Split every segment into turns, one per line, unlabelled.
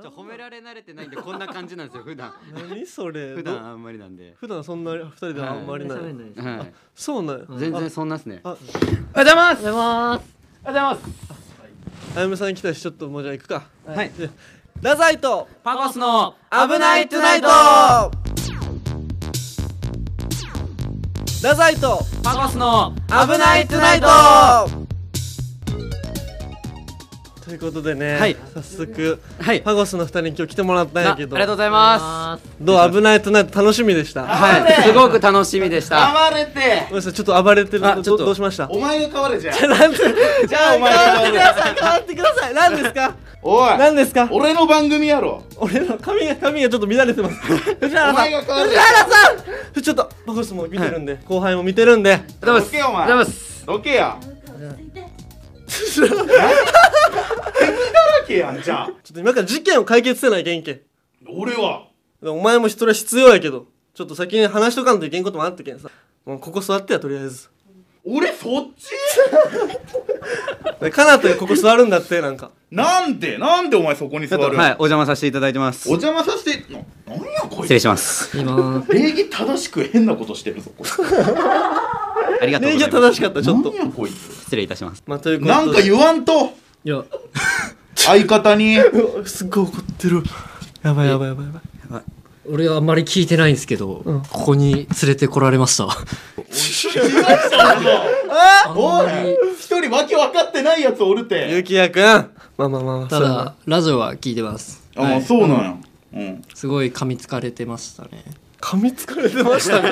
ちょ褒められ慣れてないんでこんな感じなん ですよ普段
何それ
普段
ど
あんまりなんで、
普段そんな二人ではあんまりない、
喋んないです。おはよ
は
そうなんや
い、全然そんなっすね
あ
おはようございます
うござ
おは
います。。
ようございます
あやめさん来たしちょっともうじゃあ行くか
はい
でラザイと
パコスの
危ないトゥナイト
ラ
ラザイと
パコスの
危ないトゥナイトということでね、
はい
早速
はい
パゴスの二人に今日来てもらったん
な
や
あ
け
り
ど
がとうございます
どう危ないトゥナイト楽しみでした
すはいすごく楽しみでした
暴れて
ごめんなさいちょっと暴れてる
あ
ど
ちょっと
どうしました
お前が変われじゃん
なんで
じゃあお前が変われ
さい変わってください何ですか
おい
何ですか
俺の番組やろ
俺の髪が髪がちょっと乱れて ます藤
お
原さん
前
藤
が変われ
原さんちょっとパゴスも見てるんで、後輩も見てるんで
ありがとうご
どけよお前
ざいます
どけやだらけやんじゃあ
ちょっと今から事件を解決せないけんけん
俺は
でお前もそれは必要やけどちょっと先に話しとかんといけんこともあったけんさもうここ座ってやとりあえず
俺そっち
でかなとここ座るんだってなんか
なんでなんでお前そこに座
ありがとうございます
る、
はいお邪魔させていただいてます
お邪魔させてななんやこい
失礼
つ
します
今、
礼儀正しく変なことしてるぞこいつ
ありがとう
礼
ご
儀
ざ
はい
ます
正しかったち
な
ょっ
ん
と
やこいつ
失礼いたします
まあということで
なんか言わんと
いや、
相方に
うわすっごい怒ってるやばいやばいやばいやばい
俺はあんまり聞いてないんですけど、
うん
ここに連れてこられました。あん
おい
まり
一人わけ分かってないやつおる
ゆ
て
きやくんまあまあまあまあ
た
そうやな
だ、ラジオは聞いてます。
あ、そうなんやうん
すごい噛みつかれてましたね。
噛みつかれてました ね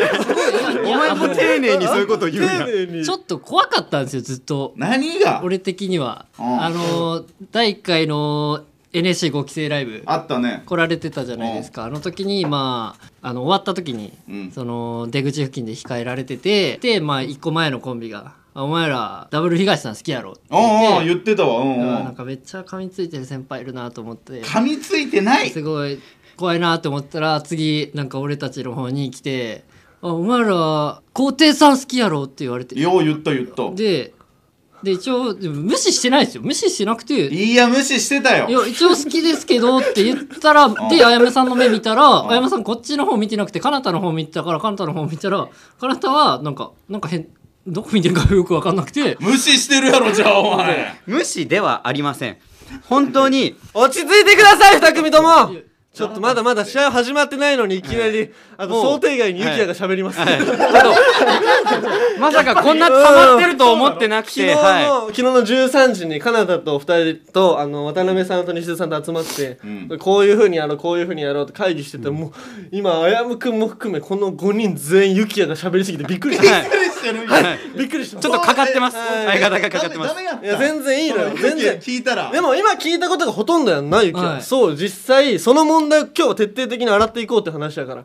お前も丁寧にそういうこと言うやん
丁寧に
ちょっと怖かったんですよ、ずっと。
何が
俺的には。
うん
あの、第1回の NSC5 期生ライブ。
あったね
来られてたじゃないですか、あの時にまああの終わった時に、
うん
その出口付近で控えられててでまあ一個前のコンビが「あお前らダブル東さん好きやろ」って
うんうん
言って
言ってたわうんう
だからなん
ん
かめっちゃ噛みついてる先輩いるなと思って
噛みついてない
すごい怖いなと思ったら次なんか俺たちの方に来て「あお前ら皇帝さん好きやろ」って言われて
よう言った言った
でで一応でも無視してないですよ無視してなくて
いや無視してたよ
いや、一応好きですけどって言っ たら、で、あやめさんの目見たら、
ん
あやめさんこっちの方見てなくて、かなたの方見てたから、かなたの方見たら、かなたは、なんか、なんか変、どこ見てるかよくわかんなくて、
無視してるやろじゃあお前
無視ではありません本当に
落ち着いてください二組とも
いや
ちょっとまだまだ試合始まってないのにいきなりあと想定外にゆきやが喋ります、
まさかこんな溜まってると思ってなく
昨日
て、
の、
は
昨日の13時にカナダと2人とあの渡辺さんと西田さんと集まって、
ん
こういうふうにやろうこういうふうにやろうって会議してて、もう今あやむくんも含めこの5人全員ユキヤが喋りすぎてびっくりし
い、
た、
はい、
無視してるみたい
びっくりした
ちょっとかかってます
はい
相方がかかってます
ダメダメ
い
や
や
った
全然いいのよ
全
全
然
然
聞いたら
でも今聞いたことがほとんどやんなユキヤ、
はい
そう実際その問題を今日は徹底的に洗っていこうって話やから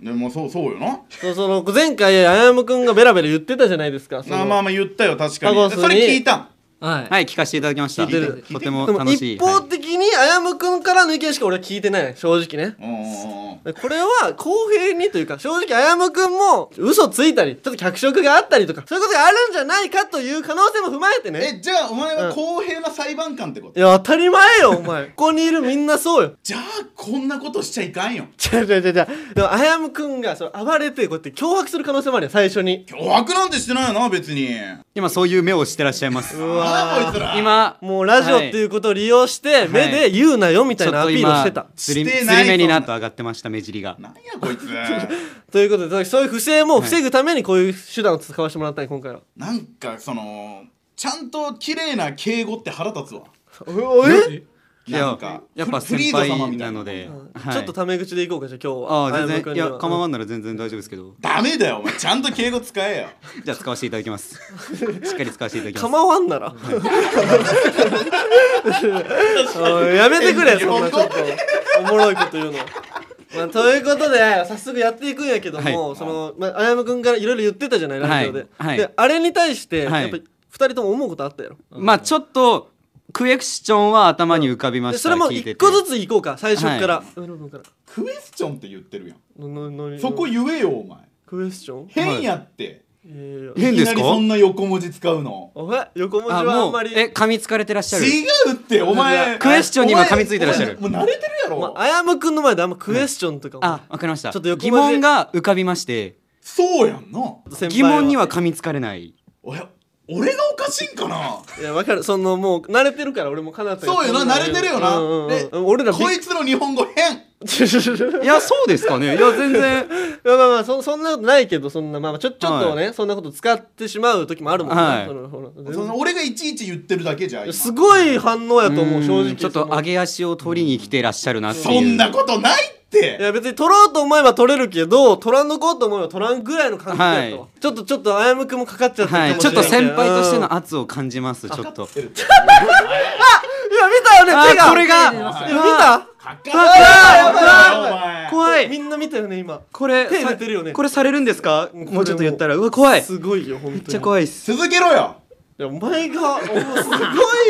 でもそうそうよな
そうその前回あやむくんがベラベラ言ってたじゃないですかその
まあまあまあ言ったよ確か
タコ
に
ス
で
に
それ聞いたん
はい。
はい、聞かせていただきました
聞いてる
とても
でも
楽しい
一方的にあやむくんからの意見しか俺は聞いてない正直ね
うんうんうんうん
これは公平にというか正直あやむくんも嘘ついたりちょっと脚色があったりとかそういうことがあるんじゃないかという可能性も踏まえてね
えじゃあお前は公平な裁判官ってこと
いや当たり前よお 前ここにいるみんなそうよ
じゃあこんなことしちゃいかんよ
違う違う違う違うでもあやむくんがその暴れてこうやって脅迫する可能性もあるよ最初に
脅迫なんてしてないよな別に
今そういう目をしてらっしゃいます
う
なんだこい
わ
つら
今
もうラジオっていうことを利用して目で言うなよみたいなアピールをしてた
ちょっと今釣
して
り
ない
釣り目になんと上がってました目尻が
なんやこいつ
ということでそういう不正も防ぐためにこういう手段を使わせてもらったね今回は
なんかそのちゃんと綺麗な敬語って腹立つわ
え
い
な
や
んか
やっぱ先
フリード様
輩
みたい
なのではい
ちょっとタメ口でいこうかじゃあ今日
あ
は
あ全然いや構わ
ん
んなら全然大丈夫ですけど
ダメだよお前ちゃんと敬語使えよ
じゃあ使わせていただきます しっかり使わせていただきます
構わんなら おいやめてくれそんなちょっとおもろいこと言うのまあ、ということで早速やっていくんやけども、
はい
その、まあ、あやむくんからいろいろ言ってたじゃないラジオで,、
はいはい
であれに対して、
はい
やっぱり2人とも思うことあったやろ
まあちょっとクエスチョンは頭に浮かびま
で
し
そ
た
れも
聞いて
1
て
個ずついこうか最初から、
は
うんロブから
クエスチョンって言ってるやん
ののの
そこ言えよお前
クエスチョン
変やって
え
変
い
で
き
す
な
か
りそんな横文字使うの
お前横文字
あ
はあ
も
んま
う
り
え噛みつかれてらっしゃる
違うってお前
クエスチョンに今
お前
噛みついてらっしゃる
お前もう慣れてるや
ま
ろ
あやむくんの前であんまクエスチョンとかも
あわかりました
ちょっと横文字
疑問が浮かびまして
そうやんな
先輩
疑問には噛みつかれない
おや俺がおかしいんかない
やわかるそのもう慣れてるから俺もかなたが
そうよな慣れてるよな
うんうんうん
で
俺らびっ
こいつの日本語変
いやそうですかねいや全然
まあまあまあそそんなことないけどそんなまあまあちょちょっとね、そんなこと使ってしまう時もあるもんね、
はい
そのほら全然
その俺がいちいち言ってるだけじゃ今
すごい反応やと思
う
うん正直
ちょっと上げ足を取りに来てらっしゃるなっていう
そんなことないっ
い
て
や別に取ろうと思えば取れるけど取らんのこうと思えば取らんぐらいの感覚やと、
はい
ちょっとちょっとあやむくんもかかっちゃって
はい、
る
ち
か
ょっと
もしれん
先
けど
輩として
うん
の圧を感じます、ちょっと。
今見たよね手が
あ、これが、
今
う
見
わ
た
かっ
やばいや
い
怖い。
みんな見たよね今
これ、
手
さ
出てるよね
これされるんですか
これも
もうちょっと言ったら、うわ、怖い。めっ
すごいよ本当にめっ
ちゃ怖いっす。
続けろよ
いやお前がお前すごい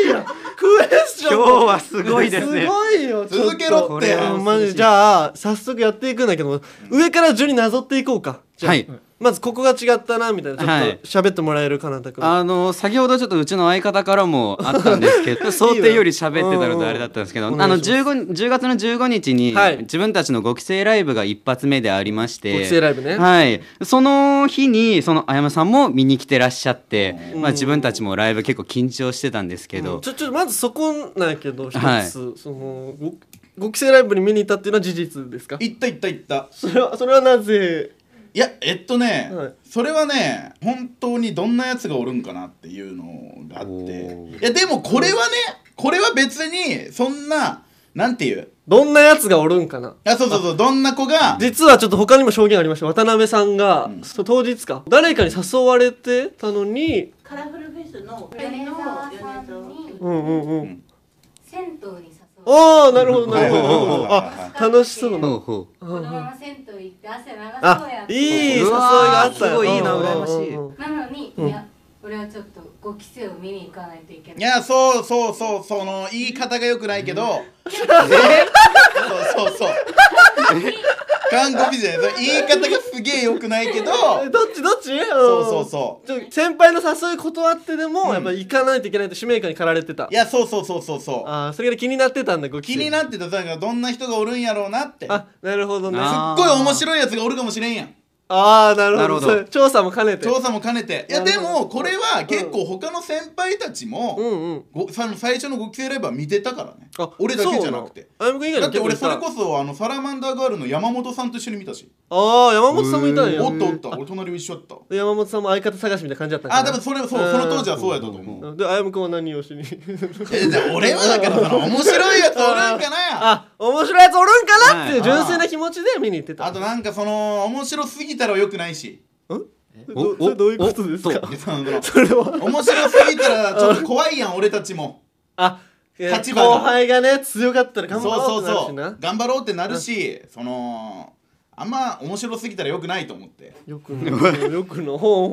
よクエスチョン
今日はすごいですね
す。ごいよちょっと
続けろ
こ
っ
れ
て
は
まずじゃあ早速やっていくんだけど上から順になぞっていこうかじゃあ
はい
まずここが違ったなみたいな
は
ちょ
い
っと喋ってもらえるかなたくん
あの、先ほどちょっとうちの相方からもあったんですけ ど、 想定より喋ってたの
うんうん
とあれだったんですけど、
お
あ
願いしま
の、
す
15 10月の15日に
はい、
自分たちのご帰省ライブが一発目でありまして、
ご帰省ライブね
はい。その日に、その、あやまさんも見に来てらっしゃって、まあ自分たちもライブ結構緊張してたんですけ
う
ど
ん、ちょちょまずそこなんやけど一
はい
つそのごご帰省ライブに見に行ったっていうのは事実ですか
行った行った行った
それはそれはなぜ
いやえっとね、
はい
それはね本当にどんなやつがおるんかなっていうのがあっ
お
て
ー
いやでもこれはねこれは別にそんななんていう
どんなやつがおるんかな
あそうそうそうどんな子が
実はちょっと他にも証言ありました渡辺さんが、そう当日か誰かに誘われてたのに
カラフルフェスの
米
米
沢
沢
さんに
うんうんうん、
ん
銭湯に誘う
ああなるほどなるほどなるほ
はいはいはい
ど
はい
あ楽しそうな
ほうほう。
子供が銭湯行って汗流そうや
あ
っ
い
て
い誘い
うん
があ
うわ
ったよ
ーすごいいいな
うん
羨ましい
うんうん
なのに、いや俺はちょっとご規制を見に行かないといけない
いやそうそうそうその言い方がよくないけど、そうそうそう韓国人その言い方がすげえよくないけど
えどっちどっち
そうそうそう
ちょ先輩の誘い断ってでも、やっぱ行かないといけないと使命感に駆られてた
いやそうそうそうそうそう
ああそれが気になってたんだご
気に
っ
なってたなんかどんな人がおるんやろうなってすっ
あなるほどね
あ
あ
ごい面白いやつがおるかもしれんやん
あーなるほど
なるほど
そう調査も兼ねて
調査も兼ねていや
な
で
るほど
もこれは結構他の先輩たち
う
も、
んうん
ごその最初のご規制ライブは見てたからね俺だけじゃなくて
あやむくん以外
だ
の
って俺それ
そ
こそあのサラマンダーガールの山本さんと一緒に見たし
ああ山本さんもいたんや
おったおった俺隣も一緒だった
山本さんも相方探しみたいな感じだったんかな
あ多分それそうその当時はそうやったと思う
うんであやむくんは何をしに
えじゃあ俺はだからその面白いやつおるんかな
あ面白いやつおるんかなってい
は
う
い
純粋な気持ちで見に行ってた
あとなんかその面白すぎたらよくな いし
どそれどういうことですか
いやそのその
それは
面白すぎたらちょっと怖いやん俺たちも
あいや
立場が
後輩がね強かったら
そう
頑張ろ
そ
ってな
うう
るし
そう
な
頑張ろうってなるしそのあんま面白すぎたらよくないと思って
よくのよくのほうほう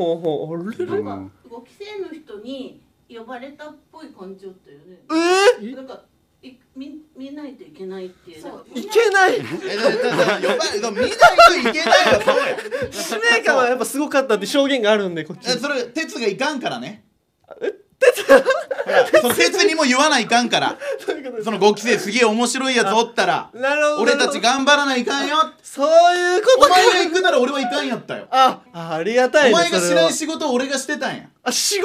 ほうあれ
なんかご帰省の人に呼ばれたっぽい感じだったよね
え
なんかい見見ないといけないっていう
そう
ー、いけない
えだだだ呼ばれだ見ないといけないよそうや
使命感はやっぱすごかったって証言があるんでこっち
えそれ鉄がいかんからねえ鉄その鉄にも言わないかんからそのご期生すげえ面白いやつおったら
なるほど
俺たち頑張らないかんよ
そういうこ
お
とか
前が行くなら俺は行かんやったよ
ああありがたい
お
ね
前が
そ
し
れ
な
はい
仕事を俺がしてたんや
あ仕事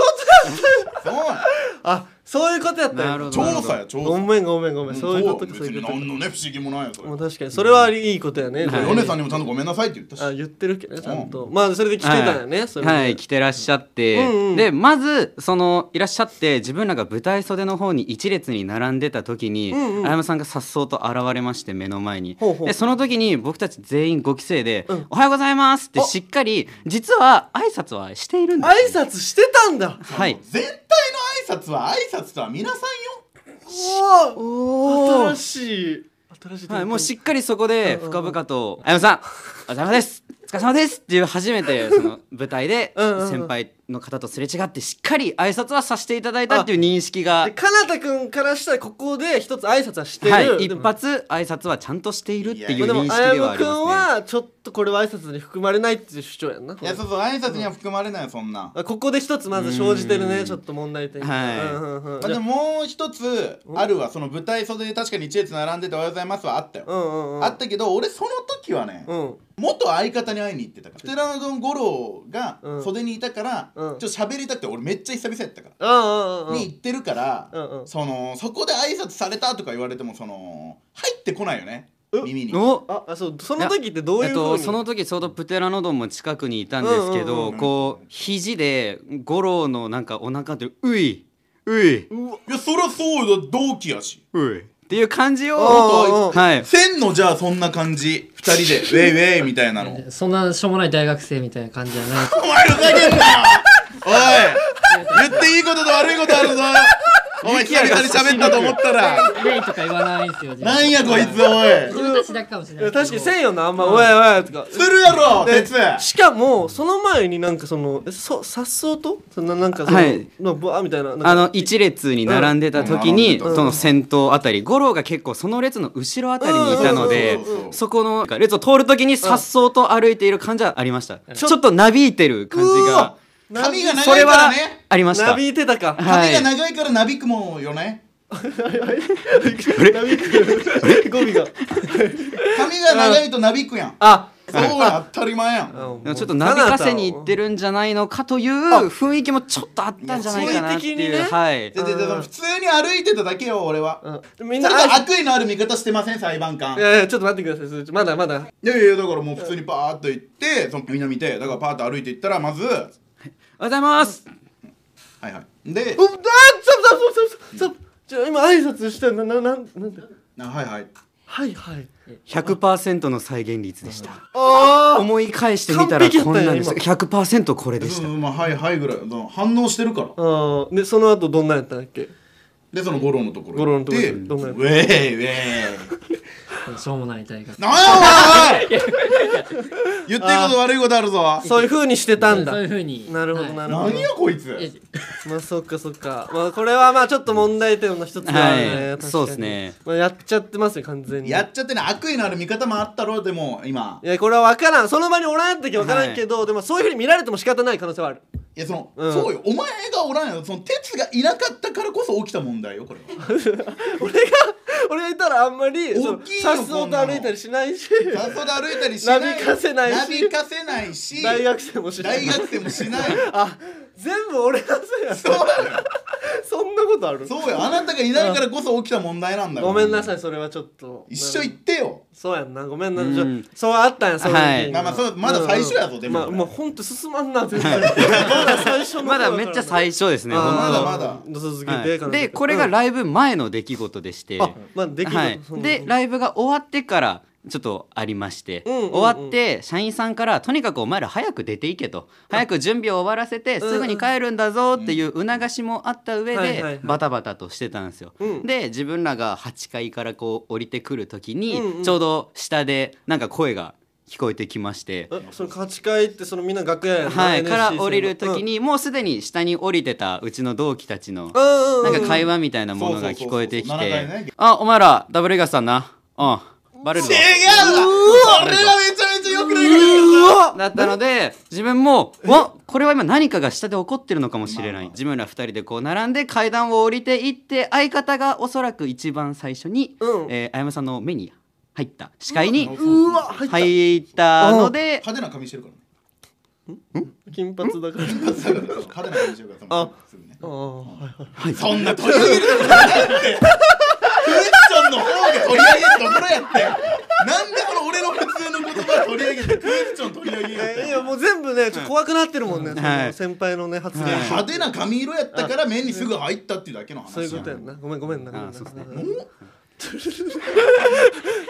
だったよ
そうや
あそういうことやったよ
なるほど
調査や調査
ごめんごめんごめん、
ん
そういうことかそう
別
いう
に
こと
何のね不思議もないよそれ
もう確かにそれはいいことやね、
はい
米さんにもちゃんとごめんなさいって言ったし
あ言ってるけどねちゃんと、まあそれで来てたんやね、それで
はい、来てらっしゃって、
うんうん
でまずそのいらっしゃって自分らが舞台袖の方に一列に並んでた時に、
んうん
あやまさんがさっそうと現れまして目の前に
ほうほう
でその時に僕たち全員ご期生で、おはようございます」ってしっかり実は挨拶はしているんです、
挨拶してたんだ
はい
全体の挨拶は挨拶とは皆さんよ
おお新しい新しい
はい、もう
し
しっかりそこで深々と「あやまさんお疲れ様です疲れ様ですっていう初め てその舞台で
うんうんうん
先輩の方とすれ違ってしっかり挨拶はさせていただいたっていう認識が
でかなたくんからしたらここで一つ挨拶はしてる、
はい、
で
一
も
発挨拶はちゃんとしているっていう
でも
認識
あや
では
む
あ
く
り
ん
ますね。
はちょっとこれは挨拶に含まれないっていう主張やんない
やそうそう挨拶には含まれないよそんな、
ここで一つまず生じてる
う
ね
ん
ちょっと問題点が
はい
うんうんうん
まあ、でももう一つあるわその舞台袖で確かに一列並んでて「おはようございます」はあったよ、
うんうんうん
あったけど俺その時はね、
うん
元相方に会いに行ってたからステラドン五郎が
うん
袖にいたから、
うん
ちょっと喋りたくて俺めっちゃ久々やったから、
うんうんうん
に行ってるから、
うんうん
そのそこで挨拶されたとか言われてもその入ってこないよね
え
耳に。
お
ああそうその時ってどうい
え
う
っ
ふう
と
に
その時ちょうどプテラノドンも近くにいたんですけ
うんうん
ど、
うん
こう肘で五郎のなんかお腹でういういう
いやそりゃそうよ同期やし
ういっていう感じを
おーおー
はい
せんのじゃあそんな感じ2人 でウェイウェイみたいなのお前
そんなしょうもない大学生みたいな感じじゃない
ふざけんなよおい言っていいことと悪いことあるぞお前久々に喋ったと思ったら
イエイとか言わないんすよじゃあ
なんやこいつおい
自分たちだけかもしれ
い
な
や
いけど
確かにせんよなあんま「おいおい」とか
するやろ
で
鉄あ
しかもその前になんかそのえそさっそうとそんななんかその、
はい
のぶわみたいななんか
あの一列に並んでた時に、
うん
その先頭あたり五郎が結構その列の後ろあたりにいたので、
うんうんうんうん
そこのなんか列を通る時にさっそうと歩いている感じはありました、ちょっとなびいてる感じ
う
が
わ
髪が長い
それ
から
は
ね
ありました
なびいてたか
は
髪
い
が長いからなびくもんよね
なびいてるゴミが
髪が長いとなびくやん
あ
そうや当たり前や
あも
ん
う
でもちょっとなびかせに行ってるんじゃないのかという雰囲気もちょっとあったんじゃないかなって
い
いう、
や
はい
ででで普通に歩いてただけよ俺は
うんみん
そ
な
れと
あ
悪意のある見方してません裁判官
いやいやちょっと待ってくださいそれまだまだ
いやいやだからもう普通にパーッと行ってそのみんな見てだからパーッと歩いて行ったらまず
お
は
はようございます
いはいで
うっあっサブサブサブサブサブちょ今挨拶したなななんなんだ
あはいはい
はいはい
100%の再現率でした
あ
思い返してみたらこんなんです100%これ
で
でし
そ
た
のまあはいはいぐらいその反応してるから
あでその後どんなんやったんだっけ
でその五郎のところ
五郎のところ
で
で
ウ
どんなやつ
ェイウェイ
しょうもない大学
なんやおい言っていいこと悪いことあるぞ
そういう風にしてたんだ
そういうふうに
なるほど
は
ないるほど
何やこいつ
え
まあそっかそっかまあこれはまあちょっと問題点の一つだね、
はい
確かに
そうっすね
まあ、やっちゃってますよ完全に
やっちゃってね悪意のある見方もあったろでも今
いやこれは分からんその場におらん時は分からんけど、でもそういうふうに見られても仕方ない可能性はある
いやその、
うん
そうよお前がおらんよその鉄がいなかったからこそ起きた問題よこれは
俺が俺がいたらあんまり
大きい
さ
よ
っ
こ
そ
ん
うと
なの
歩いたりし ないし
さっそと歩いたりしない
なびかせないし
なびかせないし
大学生もしない
大学生もしない
あ全部俺のせいや
そうよ
そんなことある
そうよあなたがいないからこそ起きた問題なんだよ
ごめんなさいそれはちょっと
一緒行ってよ
そうやんなごめんな、
うん
ちょそうあったんやそういう
はい
時
まあまあそうまだ最初やぞ
うん
でも
まあまあほんと進まんな全 然まだ最初の方
まだめっちゃ最初ですね本当
まだまだ
だ続けて、
はい
彼女
でこれが
うん
ライブ前の出来事でして、
あまあできる、
はい
そ、の
でライブが終わってからちょっとありまして、
うんうんうん
終わって社員さんから「とにかくお前ら早く出ていけ」と「早く準備を終わらせてすぐに帰るんだぞ」っていう促しもあった上
はいはいはい
でバタバタとしてたんですよ。
うん
で自分らが8階からこう降りてくる時に、
うんうん
ちょうど下でなんか声が聞こえてきまして。
えその勝ち会ってそのみんな楽屋やんな
はい、
NSC
から
生の
降りる時
うん
に、もうすでに下に降りてたうちの同期たちの
うんうん
な
うん
んか会話みたいなものが聞こえてき
そうそうそうそう七回
て
ね、
あ、お前ら、ダブルエガスさんな。うん。バレる
違う
ぞ。
わ俺はめちゃめちゃよくないけど
うわ
だったので、自分も、わこれは今何かが下で起こってるのかもしれ
まあ
な
ま
い。
あ
自分ら二人でこう並んで階段を降りていって、相方がおそらく一番最初に、
うん
えーあやまさんの目に入った、視界に
うわ入った、
入ったので、
派手な髪してるからね
金髪だから
派手な髪してるからその
あ
すぐね
ああはいはい
そんな取り上げるとこないってクエスチョンの方が取り上げるところやってなんでこの俺の普通の言葉を取り上げてクエスチョン取り上げや
え
っ
ーい
て
やもう全部ねちょっと怖くなってるもんね、そ
は
の
い
先輩のね発言、
はい
派手な髪色やったから目にすぐ入ったっていうだけの話
そういうことや
ん
んなごめんごめんなごめ
あ
んな
そうっすね
うんと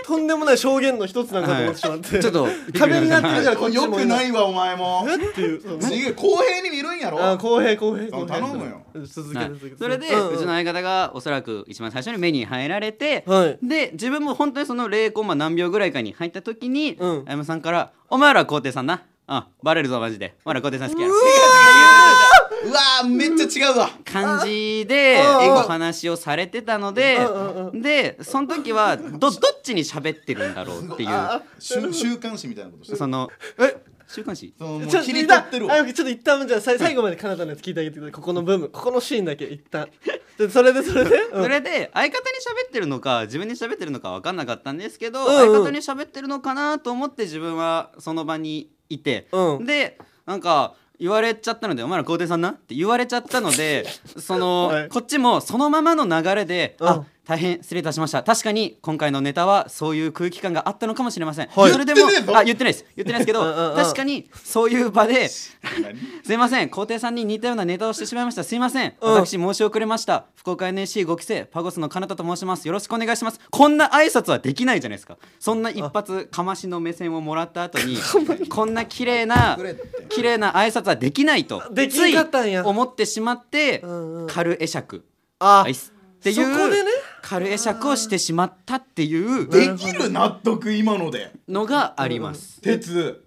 とんでもない証言の一つなんかと思ってしまって、
はいちょっと
壁になってるじゃんこっち
よ
も
くないわお前も
えっていうそう
次公平に見るんやろ
あ公平公平公平
頼むよ
続け
はい
る続ける
それで、
ん
うちの相方がおそらく一番最初に目に入られて、
はい
で自分も本当にその0コンマ何秒ぐらいかに入った時に、
うん
あやまさんから「お前ら皇帝さんなあバレるぞマジでお前ら皇帝さん好きやろ」
うわーめっちゃ違うわ
感じで
ああ
お話をされてたので
うんうんう
でその時はどどっちに喋ってるんだろうっていう
週週刊誌みたいなことして
その「え週刊誌
そのもう
ちょっと
切り
一
取
旦
ってるわ
あちょっと一旦じゃあさい 最後までカナダのやつ聞いてあげてくださいここの部分ここのシーンだけ一旦でそれでそれで、う ん
それで相方に喋ってるのか自分に喋ってるのか分かんなかったんですけど、
うんうん
相方に喋ってるのかなと思って自分はその場にいて、
うん
でなんか言われちゃったので「お前ら皇帝さんな?」って言われちゃったの でその、
はい
こっちもそのままの流れで「
うん
あ大変失礼いたしました確かに今回のネタはそういう空気感があったのかもしれません」
はい
それでも
言ってねえぞ
あ言ってないです言ってないですけど
うんうんうん
確かにそういう場 で
何
すいません皇帝さんに似たようなネタをしてしまいましたすいません
うん
私申し遅れました福岡 NSC5 期生パゴスの彼方と申しますよろしくお願いしますこんな挨拶はできないじゃないですかそんな一発かましの目線をもらった後にこんな綺麗な
くれって
綺麗な挨拶はできないと
でき
つ
ん
い
かったんや
思ってしまって、
うんうん
軽会釈
あ
アイスってい
そこで
う、
ね
軽会釈をしてしまったっていう
できる納得今ので
のがあります、
鉄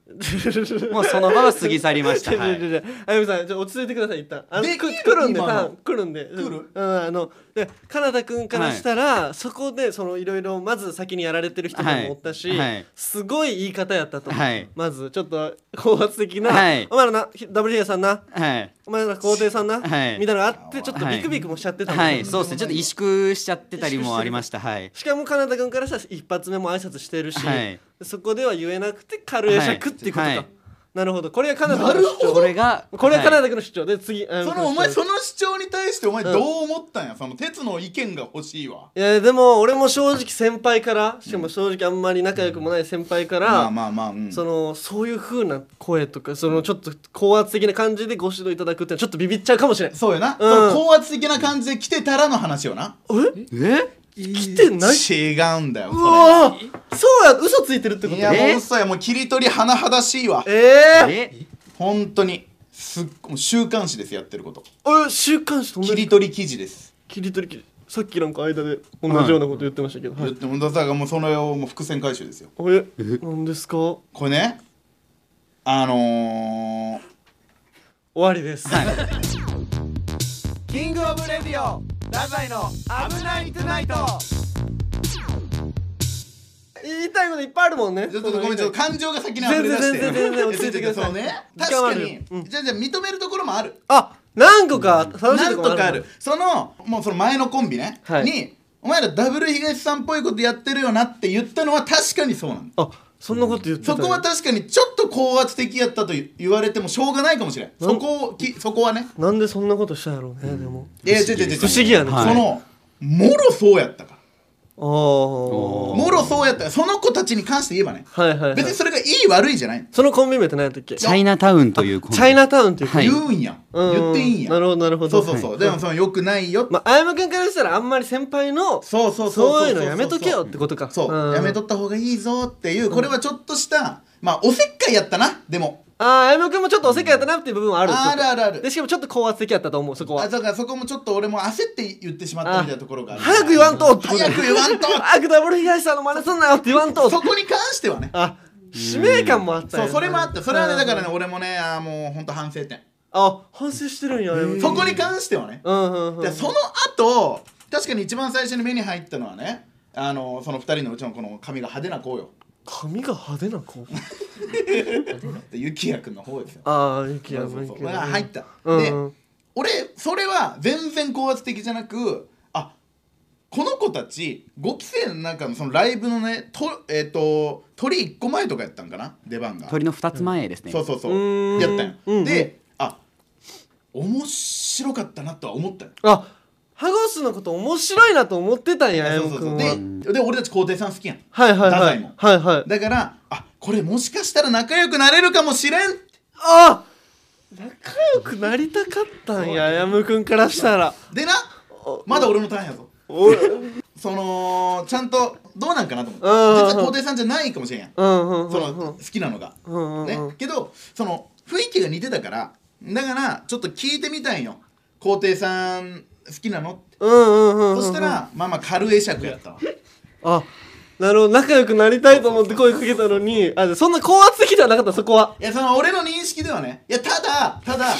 もうその場は過ぎ去りま した、は
違う違
いう
違うあゆみさん、ちょっと落ち着いてください、一旦。あの、
で
く
きる
来るんで、
今の
多分来るんで。
来る
うん、あの、で、かなだくんからしたら、そこで、その、いろいろ、まず先にやられてる人も
はい
おったし
はい、
すごい言い方やったと。
はい
まず、ちょっと、高圧的な
はい、
お前らな、ひ W ヒデさんな、
はい
お前ら皇帝さんな、み
は
た
い
いなのがあって、ちょっとビクビクもしちゃってたもん
はい、そうですね。ちょっと萎縮しちゃってたりもありました。はい。
しかも、かなだくんからしたら、一発目も挨拶してるし
はい、
そこでは言えなくて、軽い尺っていうこと
はいは
か
い。
なるほど。これがカナダ君の主張。
これが、
これがカナ
は
ダ君の主張で、次、あゆみ
そ
君
のお前
主張
その主張に対してお前どう思ったんやその鉄の意見が欲しいわ
いやでも俺も正直先輩からしかも正直あんまり仲良くもない先輩から、
まあまあまあうん
そのそういう風な声とかそのちょっと高圧的な感じでご指導いただくってのはちょっとビビっちゃうかもしれない
そうよな、その高圧的な感じで来てたらの話よな
え
来てない
違うんだよ
う
そ
わーそうや嘘ついてるってこ
れ
と
いや
え
もう嘘やもう切り取り甚だしいわ
えー、
え
本当にすっもう週刊誌ですやってること
俺週刊誌と同
切
じ
り取り記事です
切り取り切りさっきなんか間で同じようなこと言ってましたけど、は
言っ
い、
てもだからもうそれをもう伏線回収ですよ
おえ何ですか終
これねあのー、
わりです、
キングオブレディオダザイの危ないトゥナイト
言いたいこといっぱいあるもんね
ちょっとごめんちょっと感情が先に溢れ出して
全然全然全然落ち着いてください
そうね
時
確
間はあ
か
るよ
に、じゃあじゃあ認めるところもある
あ何個か楽し
ない
と
ん
ことも
か
あ
あ
る
るそのもうその前のコンビね、
はい
にお前らダブル東さんっぽいことやってるよなって言ったのは確かにそうなんだ
あそんなこと言ってた
そ
ね
こは確かにちょっと高圧的やったと言われてもしょうがないかもしれん
なん
そこをきそこはね
なんでそんなことしたんやろうね、でも
いや違う違う違う
不思議やね
そのもろそうやったか
ああ
らもろそうやったからその子たちに関して言えばね
はいはい、はい、
別にそれがいい悪いじゃない
そのコンビ名って何やったっけチ
チャイナタウンというコンビ
ャイナタウンっていうか、
はい
言うんや
うん
言っていいんや
なるほどなるほど
そうそうそう、
はい
でもそのよくないよ、
まああやむくんからしたらあんまり先輩の
そうそうそう
そういうのやめとけよってことか
そう、
ん
やめとった方がいいぞっていうこれはちょっとしたまあおせっかいやったなでも
あああやむくんもちょっとおせっかいやったなっていう部分はある
あるあるあ
で
る
しかもちょっと高圧的やったと思うそこは
あだからそこもちょっと俺も焦って言ってしまったみたいなところがある
早く言わんとってこと
早く言わんと
早くダブル東さんの真似すんなよって言わんと
そこに関してはね
あ使命感もあったん
そ
や
う
な
それもあったそれはねだからね
うん
俺もねあーもうほんと反省点
あ反省してるんやあやむくん
そこに関してはね
うんうんうん
でその後確かに一番最初に目に入ったのはねあのその二人のうちのこの髪が派手な子よ
髪が派手な 子
でゆきやくんの方ですよ
ああ、ゆきや
そうそうそう
ゆきや
まあ入った、
うん
で
うん
俺それは全然高圧的じゃなくあこの子たち5期生の中のそのライブのねと、えっと鳥1個前とかやったんかな出番が
鳥の二つ前ですね。
そうそうそう
うーん
やったんよ、
うんうん
であ面白かったなとは思ったんよ
あ、ハゴスのこと面白いなと思ってたんや、や
そ
む
うそう
く
そ
ん
う
は。
でで俺たち皇帝さん好きやん
はいはい
ダ
は
ザイ
い
も。
はいはい。
だからあこれもしかしたら仲良くなれるかもしれん
あ仲良くなりたかったんや、やむくんからしたら。
でなまだ俺も大変やぞ
おい
そのちゃんとどうなんかなと思っ
う
て実
んうんうん
は皇帝さんじゃないかもしれんやん
うんうんうん
その好きなのが
うんうん
ね
うん
けどその雰囲気が似てたからだからちょっと聞いてみたいんよ皇帝さん好きなのって
うんうんうん
そしたらまあまあ軽会釈やったわ
あなるほど仲良くなりたいと思って声かけたのにあそんな高圧的ではなかったそこはい
やその俺の認識ではねいやただただ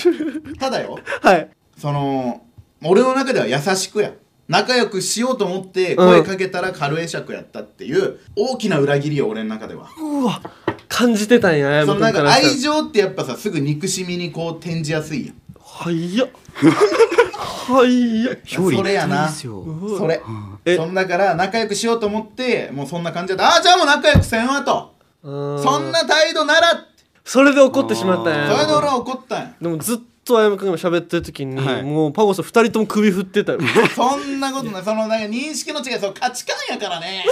ただよ
はい
その俺の中では優しくや仲良くしようと思って声かけたら軽会釈やったっていう大きな裏切りよ俺の中では
うわ感じてたんやや
その
むく
なん
んか
から
したら
愛情ってやっぱさすぐ憎しみにこう転じやすいやん
はいやはいや
それやな
ですよ
それ
え
そんだから仲良くしようと思ってもうそんな感じだったあじゃあもう仲良くせんわとそ
そ
んな態度ならって
それで怒ってしまったんや
それで俺は怒ったんや
でもずっとあやむくんが喋ってる時に、
はい
もうパゴさん二人とも首振ってたよ
そんなことないそのなんか認識の違いそう価値観やからね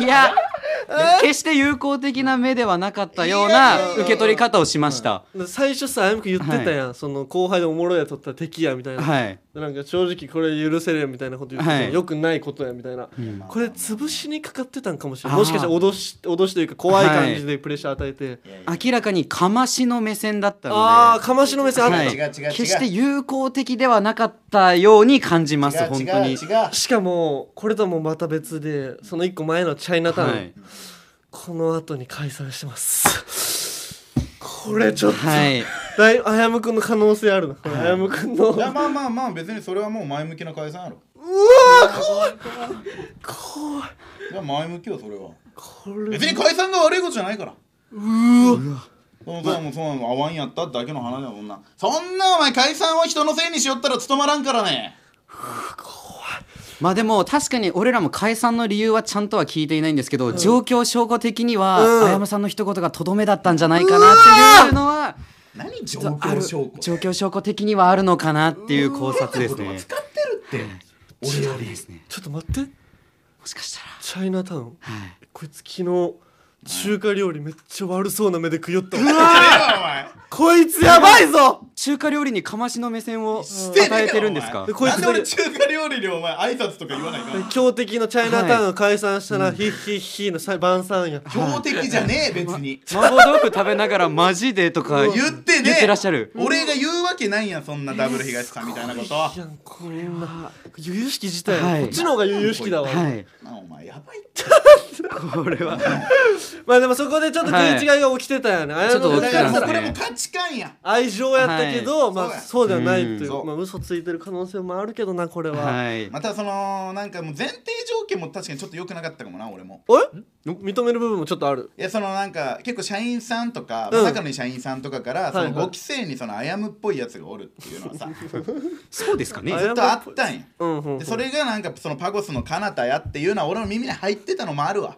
いや決して友好的な目ではなかったような受け取り方をしました
最初さあやむくん言ってたやん、その後輩でおもろいやつおったら敵やみたいな、
はい
なんか正直これ許せるよみたいなこと言ってた、
はい
よくないことやみたいな、
ん
これ潰しにかかってたんかもしれな
あー
いもしかしたら脅し脅しというか怖い感じでプレッシャー与えて、
明らかにかましの目線だったので
ああかましの目線あった、
はい
違う違う違う
決して友好的ではなかったように感じます
違う
本当
違う違
に
う
しかもこれとはもうまた別でその一個前のチャイナタウン、
はい
この後に解散してますこれちょっと、
はい
だいあやむくんの可能性あるなこれあやむくんの
いやまあまあまあ別にそれはもう前向きな解散やろ
怖い
いや前向きよそれは
これ
別に解散が悪いことじゃないからうわそもそもそうなの合わんやっただけの話だもんなそんなお前解散を人のせいにしよったら務まらんからね
まあでも確かに俺らも解散の理由はちゃんとは聞いていないんですけど、状況証拠的には、
うん
あやむさんの一言がとどめだったんじゃないかなっていうのは
何状況証拠
状況証拠的にはあるのかなっていう考察ですね。
使ってるって俺より
ちょっと待って
もしかしたら
チャイナタウン、こいつ昨日中華料理めっちゃ悪そうな目で食いよったわこいつやばい ぞ
中華料理にかましの目線を
お前
与えてるんですか
で。こいつ
なんで俺中華料理にお前挨拶とか言わないか
強敵のチャイナタウンを解散したら、ヒッヒッヒーのさ晩餐や
標的じゃねえ別に
麻婆豆腐食べながらマジでとか
言ってね
言ってらっしゃる。
俺が言うわけないやんそんなダブル東さんみたいなこと
いやんこんな由々しき自体、
はい
こっちの方が由々しきだわ、
はい。
あお前やばいって
これは
まあでもそこでちょっと食い違いが起きてたよね、あや
ちょっと
の
起
だ
き
だ
て
か
からら
ま
も
す
う
ね
これも価値観や
愛情やったけど、まあそうではないと
うん
いう
そう
まあ嘘ついてる可能性もあるけどなこれは、
はい。
またそのなんかもう前提条件も確かにちょっと良くなかったかもな俺も
え認める部分もちょっとある
いやそのなんか結構社員さんとか、
うん
中の社員さんとかからそ
は
の
いはい
ご期生にそのあやむっぽいやつがおるっていうのは さずっ
そうですかね。
あやむ
とあったんや
うんうん、うん
でそれがなんかそのパゴスの彼方やっていうのは俺の耳に入ってたのもあるわ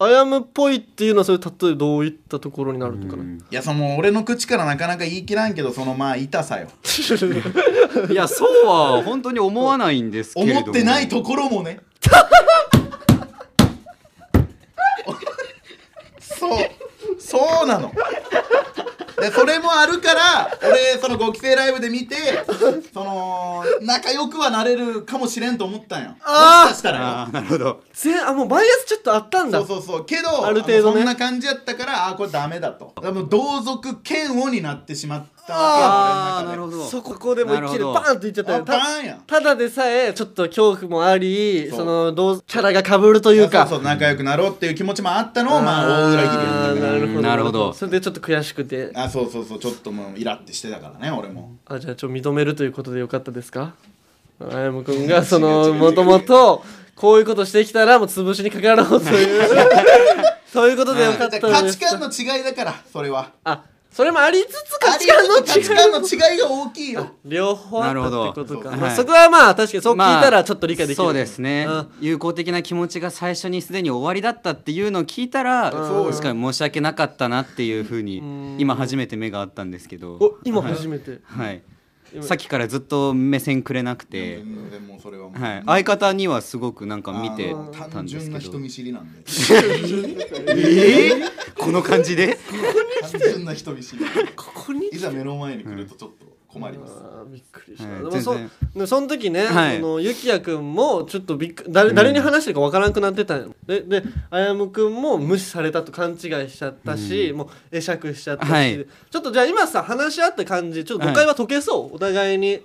あやむっぽいっていうのはそれ例えばどういったところになるのかな、
いやその俺の口からなかなか言い切らんけどそのまあ痛さよ
いやそうは本当に思わないんですけれども。
思ってないところもねそうそうなのでそれもあるから俺そのご期生ライブで見てその仲良くはなれるかもしれんと思ったんよもし
あー
かしたら
あ
よ
あなるほど。
ぜあもうバイアスちょっとあったんだ
そうそうそうけど
ある程度ね
そんな感じやったからあーこれダメだとでも同族嫌悪になってしまった
あ
わ
あ
け
な
よ
るほど。
そここでもう一気にバーンっていっちゃった
俺
よ
の中
た
であバーンやん
ただでさえちょっと恐怖もあり
そ
そうのどうキャラが被るというか
そうそう仲良くなろうっていう気持ちもあったのをまあ大裏切りや
あ
っ
ー
たから
なるほど
なるほど
それでちょっと悔しくて
あそうそうそうちょっともうイラってしてたからね俺も
あじゃあちょっと認めるということでよかったですかあやむく んがそのもともとこういうことしてきたらもう潰しにかかろうと いうそういうことでよか
価
ったで
値
す
観の違いだからそれは
あそれもありつつ価値観の違い
価値観の違いが大きいよ
両方あったってことか
なるほど
ま
は
あ、
い
そこはまあ確かにそう聞い
まあ
たらちょっと理解できる、
そうですね、
うん
友好的な気持ちが最初にすでに終わりだったっていうのを聞いたら
そうよ
確かに申し訳なかったなっていうふうに
ん
今初めて目があったんですけど
お今初めて、
はい
今
さっきからずっと目線くれなくて、
全然もうそれはもう、
はい、相方にはすごくなんか見て
あの
た
単
んです
純な
けど
人見知りなんで
えー この感じで
単純な人見知り
ここに
いざ目の前に来るとちょっと困ります
あーびっくりした、
はい
でもそ
全
でもその時ね、
はい
そのゆきやくんもちょっとびっく誰誰に話してるかわからなくなってたんよでであやむくんも無視されたと勘違いしちゃったし、もう会釈しちゃったし、
はい
ちょっとじゃあ今さ話し合った感じちょっと誤解は解けそう、お互いに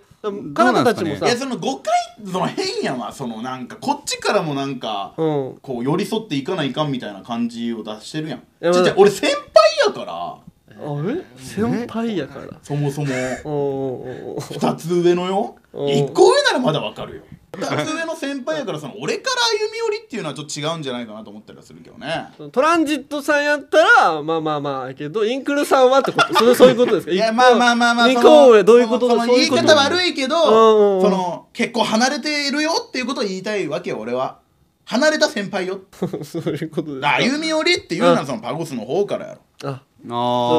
カナダたちも
ど
さ
う
いやその誤解の変やわそのなんかこっちからもなんか
うん
こう寄り添っていかないかんみたいな感じを出してるやん
や
ちっちゃい
ま
俺先輩やから
あれ先輩やから
そもそも
おうおうおう
2つ上のよ
うん
1個上ならまだわかるよ2つ上の先輩やからその俺から歩み寄りっていうのはちょっと違うんじゃないかなと思ったりはするけどね
トランジットさんやったらまあまあまあやけどインクルさんはってことそれそういうことですか
いや
一個
まあまあまあまあ
二
その
個上どういうこと
その
そう
言
い
いう
こと
方悪いけ
うんうんうん
どその結構離れているよっていうことを言いたいわけよ俺は離れた先輩よ
そういうことですか
歩み寄りっていうのはそのパゴスの方からやろ
あ
あー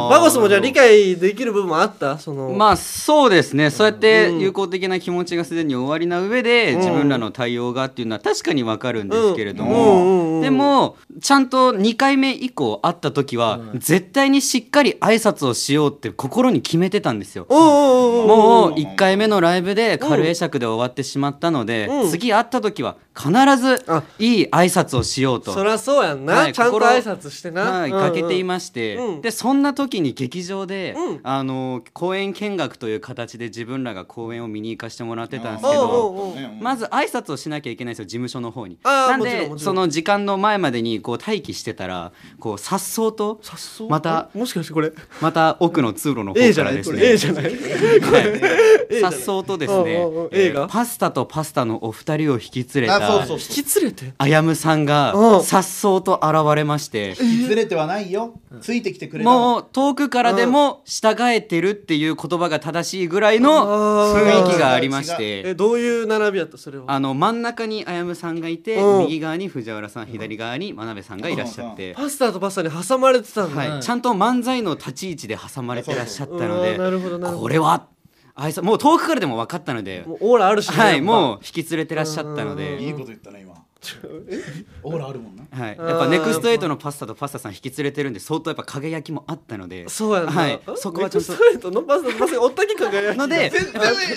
バゴスもじゃあ理解できる部分もあったその
まあそうですねそうやっ
う
て
ん
友好的な気持ちがすでに終わりな上で、
うん
自分らの対応がっていうのは確かにわかるんですけれど
うん
も、
うんうん
でもちゃんと2回目以降会った時は、絶対にしっかり挨拶をしようって心に決めてたんですよ。
うんうんうん
もう
うん
1回目のライブで軽会釈で終わってしまったので、
うん
次会った時は必ず
あ
いい挨拶をしようと
そりゃそうやんな、
はい
ちゃんと
心
挨拶してな、
はい、
うんうん
かけていまして、
うん
でそんな時に劇場で、
うん
あの公演見学という形で自分らが公演を見に行かせてもらってたんですけ
あーおうお
ど
う。
まず挨拶をしなきゃいけないんですよ事務所の方に
あー
なん
もちろんも
で
ちろ
そ
ん
の時間の前までにこう待機してたらこう颯爽と
さっそう
また
もしかしてこれ
また奥の通路の
A
方
じ
か
ゃな
ら
い
です
こ
ね
れ A じゃない
はい
じゃ
さ
な
っ
い
そうとですね、
おうおうおう
えー
A が
パスタとパスタのお二人を引き連れ
あそう
た
そうそう
引き連れて
あやむさん
うん
がさっそうと現れまして
引き連れてはないよついてきてくれた
も
の
う遠くからでも従えてるっていう言葉が正しいぐらいの
あー
雰囲気がありまし
え
て
どういう並びやったそれは
あの真ん中にあやむさんがいて
うん
右側に藤原さん左側に真鍋さんがいらっしゃって。
パスタとパスタに挟まれてたんだ、
はい、ちゃんと漫才の立ち位置で挟まれてらっしゃったの
うわー
で
なるほどなるほ
こ
ど
れはあいさもう遠くからでも分かったので
もうオーラあるしね、
はい、も
う
う引き連れてらっしゃったの
いい
で、
こと言ったな今オーラあるもんな
はい、
あ
や
ー
っぱネクストエイトのパスタとパスタさん引き連れてるんで相当やっぱ影焼きもあったので
そうやんな、
はい、そこはちょっ
ネクストレートのパスタとパスタにおったけ輝
と
き
ので
全然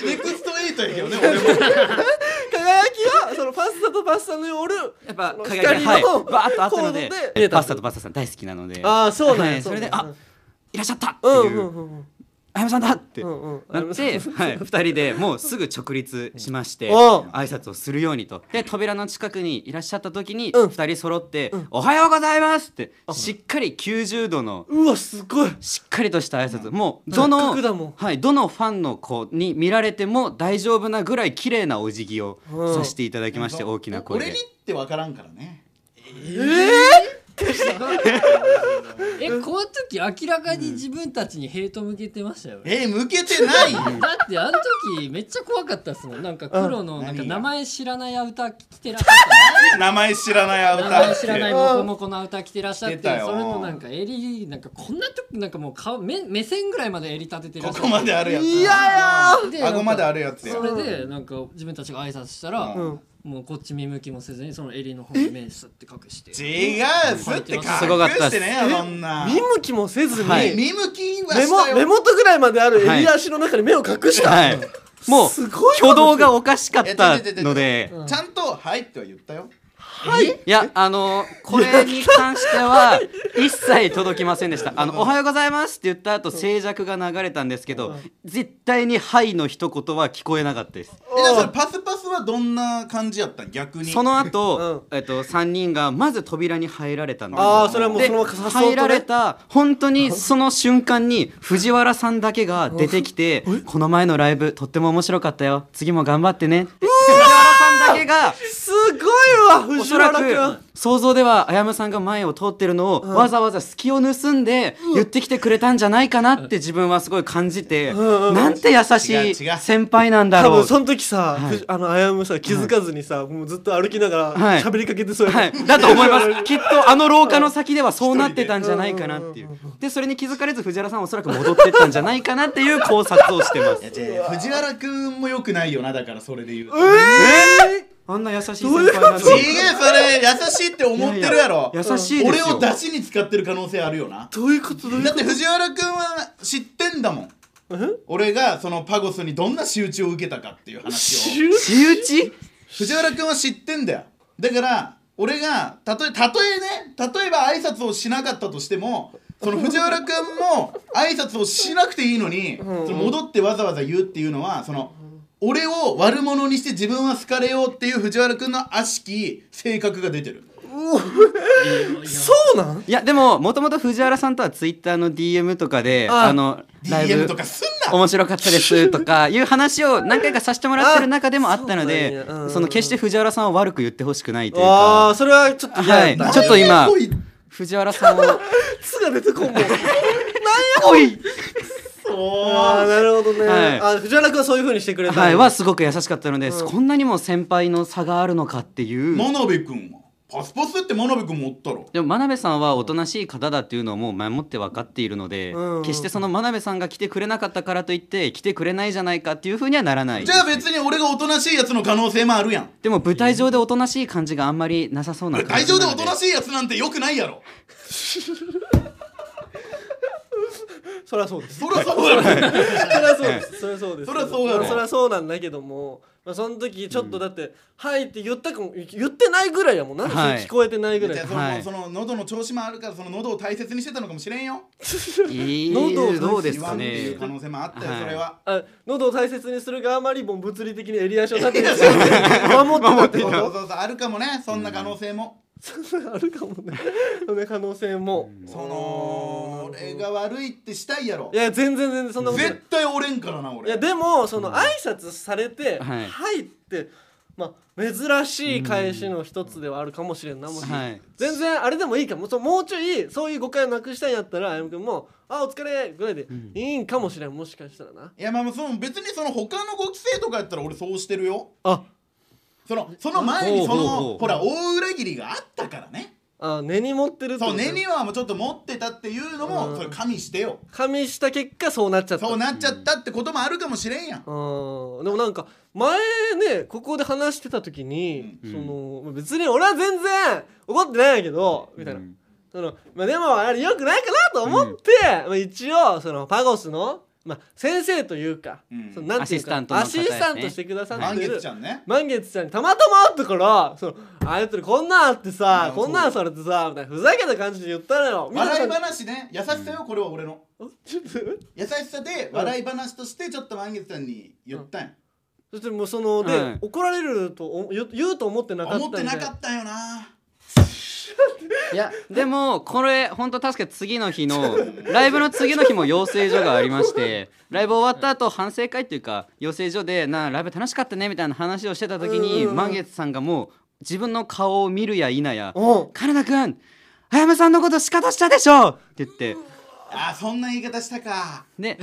ネクストエイトやけど ね俺も
輝きはそのパスタとパスタのおる
やっぱ
その
輝きが、はい、バ
光の
ーッとあったので
コードで
えパスタとパスタさん大好きなので
ああそうなんや、
はいそれで
うなん
あ
や
いらっしゃったって
うんう
い
ん
う
うんうん
あやめさんだって
うんうん
なって、はい、2人でもうすぐ直立しまして
うん
挨拶をするようにとで扉の近くにいらっしゃった時に
うん
2人揃って「おはようございます」ってしっかり90度の
うわすごい
しっかりとした挨拶もうど
せっ
の
かくだもん
はい、どのファンの子に見られても大丈夫なぐらい綺麗なお辞儀をさせていただきまして大きな声
俺
で
にって分からんからね
えこの時明らかに自分たちにヘイト向けてましたよ、
え向けてないよ
だってあの時めっちゃ怖かったっすもんなんか黒のなんか名前知らないアウター着てらっしゃった
名前知らない アウタ
名
ー
前
っ
知らな
て
いモコモコの歌着てらっしゃっ
出
て
たよ
それのなんか襟なんかこんなとこなんかもう顔目目線ぐらいまで襟立ててら
こ
っしゃって
こまであるやつ
いや
で
うん顎まであるやつや
それでなんか自分たちが挨拶したら、
うん
もうこっち見向きもせずにその襟の方に目すって隠して
違うすって隠
すごかった
し
ってす
ね
え
そんな
見向きもせずに、
はい
見向きは
目
し
も
たよ
目元ぐらいまである襟足の中に目を隠した、
はい、もう
すごい
挙動がおかしかっ
え
た
ちょちょちょちょ
ので
ちゃんと「はい」っては言ったよ
いやあのこれに関しては一切届きませんでした「あのおはようございます」って言った後静寂が流れたんですけど絶対に「はい」の一言は聞こえなかったです
えだからパスパスはどんな感じやったん逆に
その後、えっと3人がまず扉に入られたんです
ああそれはもう
で
そのままさっそ
入
うと
られ
ね
た本当にその瞬間に藤原さんだけが出てきて「この前のライブとっても面白かったよ次も頑張ってね」って藤原さんだけが
すごいわ
お
藤
そら
原君
く想像ではあやむさんが前を通ってるのをわざわざ隙を盗んで言ってきてくれたんじゃないかなって自分はすごい感じて
んうん
なんて優しい
違う違う
先輩なんだ
多
ろう
分その時さ、ふじあのあやむさ気づかずにさ、もうずっと歩きながら
はい
喋りかけてそうやった、
はい、だと思いますきっとあの廊下の先ではそうなってたんじゃないかなっていうでそれに気づかれず藤原さんはおそらく戻ってったんじゃないかなっていう考察をしてます
いや違う違う藤原くんもよくないよなだからそれで言うと
あんな優しい先輩なんだ
違うそれ優しいって思ってるやろ
いやいや優しいです
俺
よ
を出しに使ってる可能性あるよな
どういうことどういう
だって藤原くんは知ってんだもん俺がそのパゴスにどんな仕打ちを受けたかっていう話を
シュ
仕打ち
藤原君は知ってんだよだから俺がたとえたとえね例えば挨拶をしなかったとしてもその藤原君も挨拶をしなくていいのにそ
んうん
の戻ってわざわざ言うっていうのはその俺を悪者にして自分は好かれようっていう藤原君の悪しき性格が出てる
そうなん
いやでももともと藤原さんとはツイッターの DM とかで
あ
あのライ
DM
ブ
とかすんな
面白かったですとかいう話を何回かさせてもらってる中でもあったの
あ
で
そうなんやうん
その決して藤原さんを悪く言ってほしくないという
ああ
か
それはちょっと嫌やった、
は
はい
ちょっと今
何やこい
藤原さんを
つが出てこんもん
おい
ああなるほどね、
はい
あ藤原君はそういう風にしてくれたんや
はいはすごく優しかったのでこんなにも先輩の差があるのかっていう
真鍋君はパスパスって真鍋君もおったろ
でも真鍋さんはおとなしい方だっていうのをもう前もって分かっているので
うんうん
決してその真鍋さんが来てくれなかったからといって来てくれないじゃないかっていうふうにはならない
じゃあ別に俺がおとなしいやつの可能性もあるやん
でも舞台上でおとなしい感じがあんまりなさそうな感
会
じ
場
な
で
の
おとなしいやつなんてよくないやろ
そりゃそうです
そりゃそうだろ
そりゃそうですそりゃそうです
そりゃそうやろ
まあそりゃそうなんだけども、まあ、その時ちょっとだって「はい」って言ったかも言ってないぐらいやもんなんでそれ
はい
聞こえてないぐらい、
じゃあその,、
はい
その喉の調子もあるからその喉を大切にしてたのかもしれんよ
いい
喉を
どうです
言わ
か
んってい
ね
う可能性もあったよ、
はい
それは
あ喉を大切にするがあまりもう物理的にエリア症になってるし 守ってたって
そ
こ
うそう
と
そうあるかもねそんな可能性も、
そんなあるかもねそんな可能性も
その俺が悪いってしたいやろ
いや全然全然そんなことない
絶対折れんからな俺
いやでもその挨拶されて「
は
はいい」ってまあ珍しい返しの一つではあるかもしれんなもし
はい
全然あれでもいいかもそうもうちょいそういう誤解をなくしたいんやったらあやむくんも「あお疲れ」ぐらいでいいんかもしれんもしかしたらない
やまあまあその別にその他のご規制とかやったら俺そうしてるよ
あ
そのその前にそ
ほう
の
ほうほう
ほら大裏切りがあったからね
あ根に持ってるってこと
そう根にはもうちょっと持ってたっていうの
う
も
ん
それ加味してよ
加味した結果そうなっちゃった
そうなっちゃったってこともあるかもしれんやん
うんでもなんか前ねここで話してた時に、その別に俺は全然怒ってないんやけどみたいな、そのまあ、でもあれよくないかなと思って、まあ、一応そのパゴスの、まあ、先生というか、
うん
そのなんていう
アシス
か
タントの
ア
方ですね
シスタントしてくださっ
満
て
月
る
ちゃんね
満月ちゃんにたまたま会ったからそのあいつらこんなんあってさ
うん
こんなんされてさみたいなふざけた感じで言ったのよみた
笑
い
い
な
話ね優しさよこれは俺の
ちょっと
優しさで笑い話としてちょっと満月ちゃんに言ったんや
そしてもうそので、
はい
怒られるとお言う言うと思ってなかった
思
ん
っ
で
てなかったよない
やでもこれ本当確か次の日のライブの次の日も養成所がありましてライブ終わった後反省会っていうか養成所でなあライブ楽しかったねみたいな話をしてた時
うん
に
うんうん
満月さんがもう自分の顔を見るや否や
うん
「金田君あやめさんのこと仕方したでしょ!」って言って
あーそんな言い方したか
ね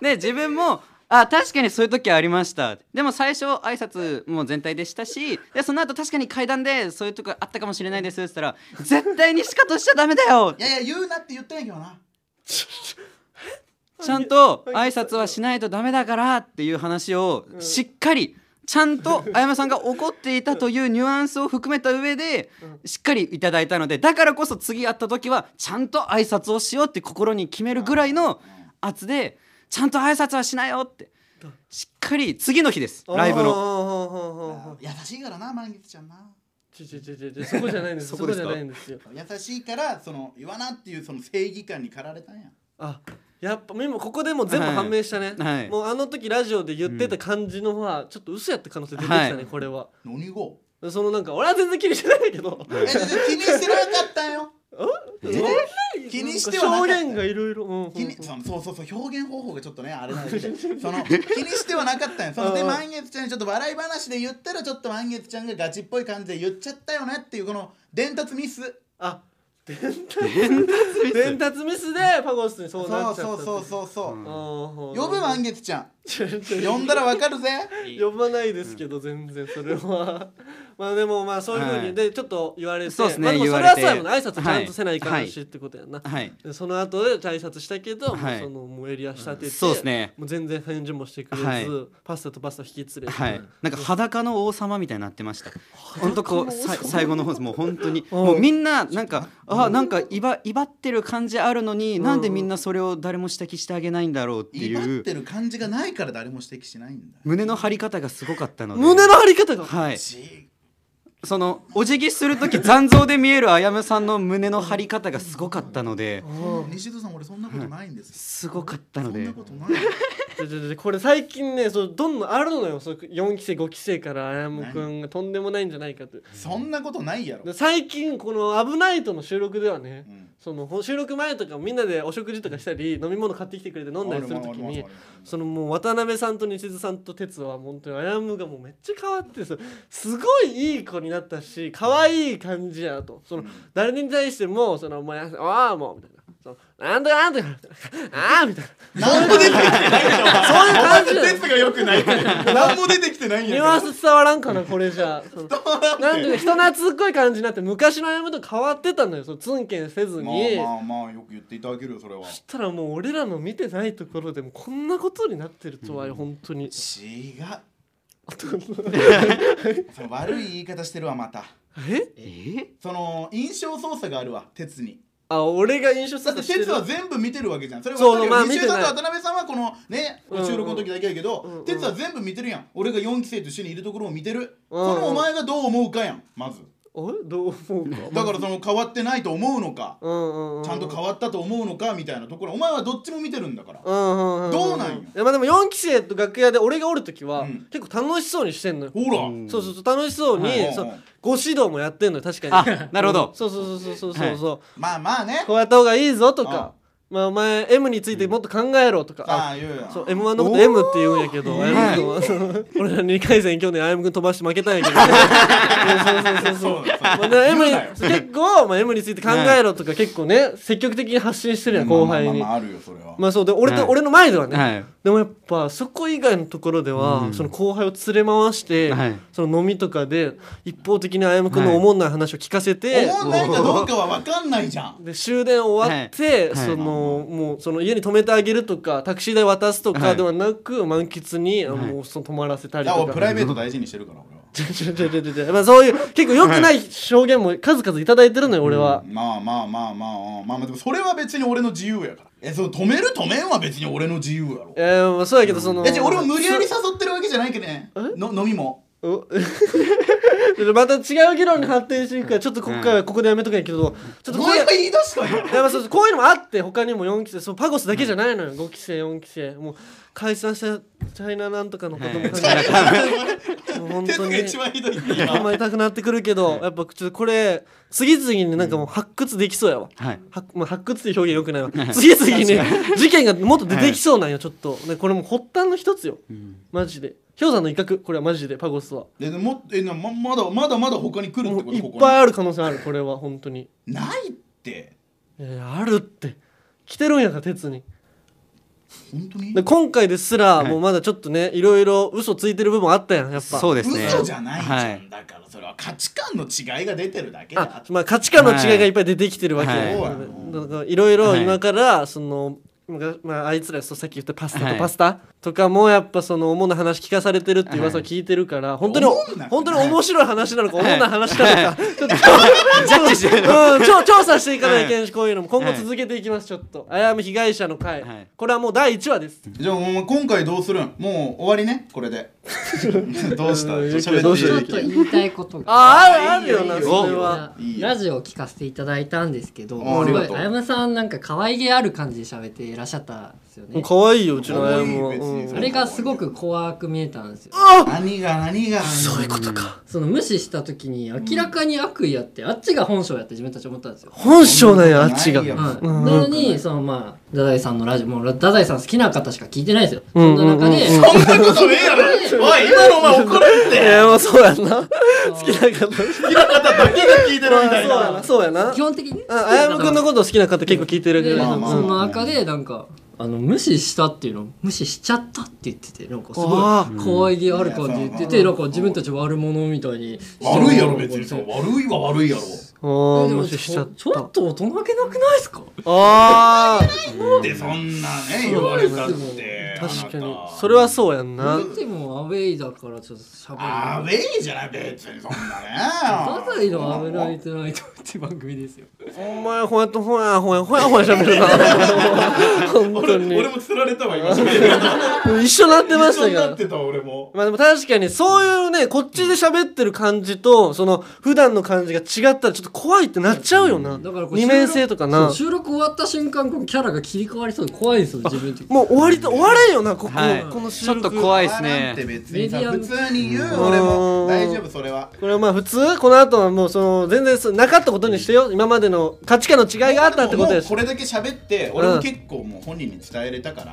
ね自分もあ確かにそういう時ありましたでも最初挨拶も全体でしたしでその後確かに階段でそういうとこあったかもしれないですって言ったら絶対に仕方しちゃダメだよ
いやいや言うなって言ったんやけどな
ちゃんと挨拶はしないとダメだからっていう話をしっかりちゃんとあやまさんが怒っていたというニュアンスを含めた上でしっかりいただいたのでだからこそ次会った時はちゃんと挨拶をしようって心に決めるぐらいの圧でちゃんと挨拶はしなよってしっかり次の日ですライブの
の
優しいからな満月ちゃんな
ちょちょちょちょちょそこじゃないんです
そ
そ
こ
こ
です
じ
か
ゃないんですよ
優しいからその言わなっていうその正義感に駆られたんや
あやっぱ今ここでもう全部
はい
判明したね、
はい
もうあの時ラジオで言ってた感じのは、ちょっと嘘やった可能性出てきたね、
はい
これは
何語
そのなんか俺は全然気にしてないんだけど
え全然気にしてなかったんよ気にしてはなかった
証言がいろいろうん
気にそのそうそうそう表現方法がちょっとねあ れなんでその気にしてはなかったんよそので
うん
満月ちゃんにちょっと笑い話で言ったらちょっと満月ちゃんがガチっぽい感じで言っちゃったよねっていうこの伝達ミス
あ伝達 伝達ミスでパゴスにそうなっ
そう
ちゃった
そうそう
う
そうそう
呼
呼ぶ満月ちゃん呼んだらわかるぜ
呼ばないですけど全然それは まあでもまあそういうふう
は
に
い
でちょっと言われて
そうっすね
まあでも
言
そ
わ
れ
れ
は
て
そうやもんね挨拶ちゃんとせないか
は
ん
い
しってことやんな
はい
でその後で挨拶したけど、
はい
そのもう襟足立てて、
そうっすね
もう全然返事もしてくれず、
はい
パスタとパスタ引き連れて、
はい、なんか裸の王様みたいになってました。本当こうさい最後の方ですもう本当に
うん
もうみんななんかあなんか威張威張ってる感じあるのに
うん
なんでみんなそれを誰も指摘してあげないんだろうって
威張
い
っ
う
てる感じがないから誰も指摘しないんだ
胸の張り方がすごかったので
胸の張り方が、
はい
ち
そのお辞儀する 時残像で見えるあやむさんの胸の張り方がすごかったので
西戸さん俺そんなことないんです
すごかった
よ
の
そん
で
なことない
でででこれ最近ねそうどんどんあるのよそう4期生5期生からあやむくんがとんでもないんじゃないかと
そんなことないやろ
で最近この「危ないとの収録ではね、
うん
そのほ収録前とかみんなでお食事とかしたり飲み物買ってきてくれて飲んだりするときにそのもう渡辺さんと西津さんと哲は本当にあやむがもうめっちゃ変わってそうすごいいい子になったし可愛い感じやとその誰に対してもそのお前ああもうみたいなそのなんとかなんとかああみたいな
何も出てきてないでしょそう
いう感じだよ
が良くないって何も出てきてないん
ニ
や
ュ
か
ア
ら
ンス伝わらんかなこれじ ゃその
だ
なんていうか人懐っこい感じになって昔のあやむと変わってたのよそのツンケンせず
ま
に。
あまあまあよく言っていただけるよそれは
そしたらもう俺らの見てないところでもこんなことになってるとは本当に、
違うその悪い言い方してるわまた
え
え
その印象操作があるわ鉄に
あ俺が印象
だ
さ
って
せてる
鉄は全部見てるわけじゃんそれは
そう
分
ま
か
あ
るよ西
見て
尾
な
さ
い
んと渡辺さんはこのね
うん
収録の時だけやけ
うんうん
ど鉄は全部見てるやん俺が4期生と一緒にいるところを見てる
うん
そのお前がどう思うかやんまず
あれどう思うか
だからその変わってないと思うのか
うんうんうん
ちゃんと変わったと思うのかみたいなところお前はどっちも見てるんだから
うんうんうん
どうなんよ
いやまあでも4期生と楽屋で俺がおる時は、
うん
結構楽しそうにしてんのよ
ほら
うん
そうそうそう楽しそうに、
はい
そう
うんうん
ご指導もやってんのよ確かに
あなるほど
うんそうそうそうそうそうそうそう、
まあまあね
こうやった方がいいぞとかまあお前 M についてもっと考えろとか、
ああ言うやん
そう M1 のこと M って言うんやけど、
おー
あやむくんはその 俺ら2回戦去年あやむくん飛ばして負けたんやけ どそうそうそうそう
そうだそう
まあ
だ
でも M に
言うなよ
結構、まあ、M について考えろとか結構ね積極的に発信してるやん後輩に
まあまあまあまああるよそれは
まあそうで俺と
はい
俺の前ではね、
はい
でもやっぱそこ以外のところでは、
うん
その後輩を連れ回して、
はい
その飲みとかで一方的にあやむくんのおもんない話を聞かせて、
思んないかどうかは分かんないじゃん
で終電終わって、
はい
その、もうその家に泊めてあげるとかタクシー代渡すと
は
か
い
ではなく、満喫に、あの
はい
もうその泊まらせたり
だか
と
ら俺
か
プ。ライベート大事にしてるから俺は
ちょちょちょちょちょちょまあそういう結構良くない証言も数々いただいてるのよ俺は、
まあまあまあまあまあまあまあでもそれは別に俺の自由やからえそう止める止めんは別に俺の自由やろ
えーまあそうやけどその、
えじゃあ俺も無理やり誘ってるわけじゃないけどねの飲みも
おまた違う議論に発展していくからちょっと今回はここでやめとかんやけどちょっと
お
これ
前が言い出したんや
いやまあそうそうこういうのもあって他にも4期生そうパゴスだけじゃないのよ5期生4期生もう解散したチャイナなんとかのことも考えてもう本
鉄
当
が
に
一番ひどいって今
あんま痛くなってくるけどやっぱちょっとこれ次々になんかもう発掘できそうやわ。
はい
はまあ、発掘っていう表現よくないわ次々に事件がもっと出てきそうなんよちょっと、ね、これもう発端の一つよマジで氷山の威嚇これはマジでパゴスは
ででもえなままだまだまだ他に来るって
も
こ
う
と
い
ここ
っ
に
ぱいある可能性あるこれは本当に
ないって
いやいやあるって来てるんやから鉄に
本当に
で今回ですら、もうまだちょっとねいろいろ嘘ついてる部分あったやんやっぱ
そう
で
ですね
嘘じゃないじ
は
ゃんだからそれは価値観の違いが出てるだけ
あ
だ
まあ価値観の違いがいっぱい出てきてるわけよ、
はい
だからいろいろ
はい
今からその、昔まあ、あいつらそうさっき言ったパスタ
は
と
い
パスタとかもやっぱその主な話聞かされてるって噂を聞いてるから、本当に
思うな
本当に面白い話なのか主な話なのか、ちょっ
ジ
と
ャッジして
うん、調調査していかないといけんし、こういうのも今後続けていきます、ちょっと。あやむ被害者の会、
はい
これはもう第1話です。
じゃあお前今回どうするんもう終わりねこれでどうした
うん
ちょっと
どう
喋
す
って
ち
る
ょ
い
っ
い
と言いたいことが
あーあるよ
い
ない
よ
それは。
いいよ
ラジオを聞かせていただいたんですけど
あーあ
す
り
ご
が
い
とう
あやまさんなんか可愛げある感じで喋っていらっしゃったんですよね
可愛いようちのあやむは。
可愛い別に
うん
あれがすごく怖く見えたんですよ
何が何がそういうことか
その無視した時に明らかに悪意あってあっちが本性やって自分たち思ったんですよ
本性なんやあっちが。
ないよ
はい、
うん
なのにそのまあ太宰さんのラジオもう太宰さん好きな方しか聞いてないですよ、
うんうんうん
そんな中で
そんなことねえやろ おい今のお前怒られ
い
て
やもうそうやんな。
好
好きな方。
好きな方だけが聞いてるみたい
そうや
な
なそうやな
基。本的にね
ああやむくんのこと好きな方結構聞いてるけ
で
ど。
まあ
そ
ま
の
あ
中でなんかあの無視したっていうの無視しちゃったって言っててなんかす
あ
ごい可愛げある感じで言ってて
うん
なんか自分たち悪者みたいに
悪いやろ別に
そう
悪いは悪いやろ
あー
でも
無視しちゃった
ちょちょっと大人げなくないですか
あ
でそんなね言われたって
あ確か
あ
に
なた
それはそうやんな
でもアウェイだからちょっとしゃべる
アウェイじゃない別にそんなね
太宰の「危ないトゥナイト」って番組ですよ
お前ほやとほやほやほやほやしゃべるな本当に
俺も釣られたわ今喋
一緒になってましたけ
なっ
ど
てた俺も
まあでも確かにそういうねこっちで喋ってる感じとその普段の感じが違ったらちょっと怖いってなっちゃうよな
だからこう
二面性とかな
そう収録終わった瞬間このキャラが切り替わりそうで怖いんですよ自分的に
もう終わりと終われんよなここ
はい
この
ち
収
ょっと
録
怖いです
なんて
ね
別にさ
メディア
普通に言う俺
う
も
ん
大丈夫それは
これはまあ普通この後はもうその全然そなかったことにしてよ今までの価値観の違いがあったってこと
も
で
う
す
これだけ喋って俺も結構もう本人に伝えれたか
うんう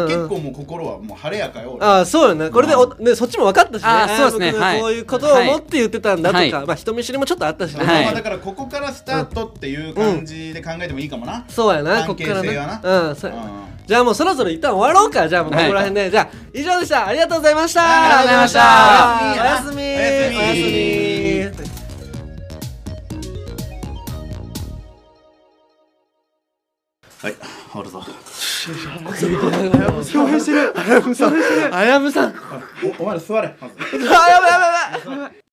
んう
ら
ん
結構もう心はもう晴れやかよ俺
ああそうよねこれでお、ね、そっちも分かったしね
あーそうですね
あー僕が
はい
こういうことを思って言ってたんだとか、
はい
まあ人見知りもちょっとあったしね、
まあま
は
あ
い
だからここからスタートっていう感じで考えてもいいかもな
そうやなこ
関
っから
係性は
ね
な
うんそうやな
うん
じゃあもうそろそろ一旦終わろうかじゃあもうここら辺で、じゃあ以上でしたありがとうございました
ありがとうございました
おやすみ
おやすみ
おやすみ
はい終わるぞ
共演してるあやむさんあやむさんあ
おお前ら座れまず
やばいやばいやばい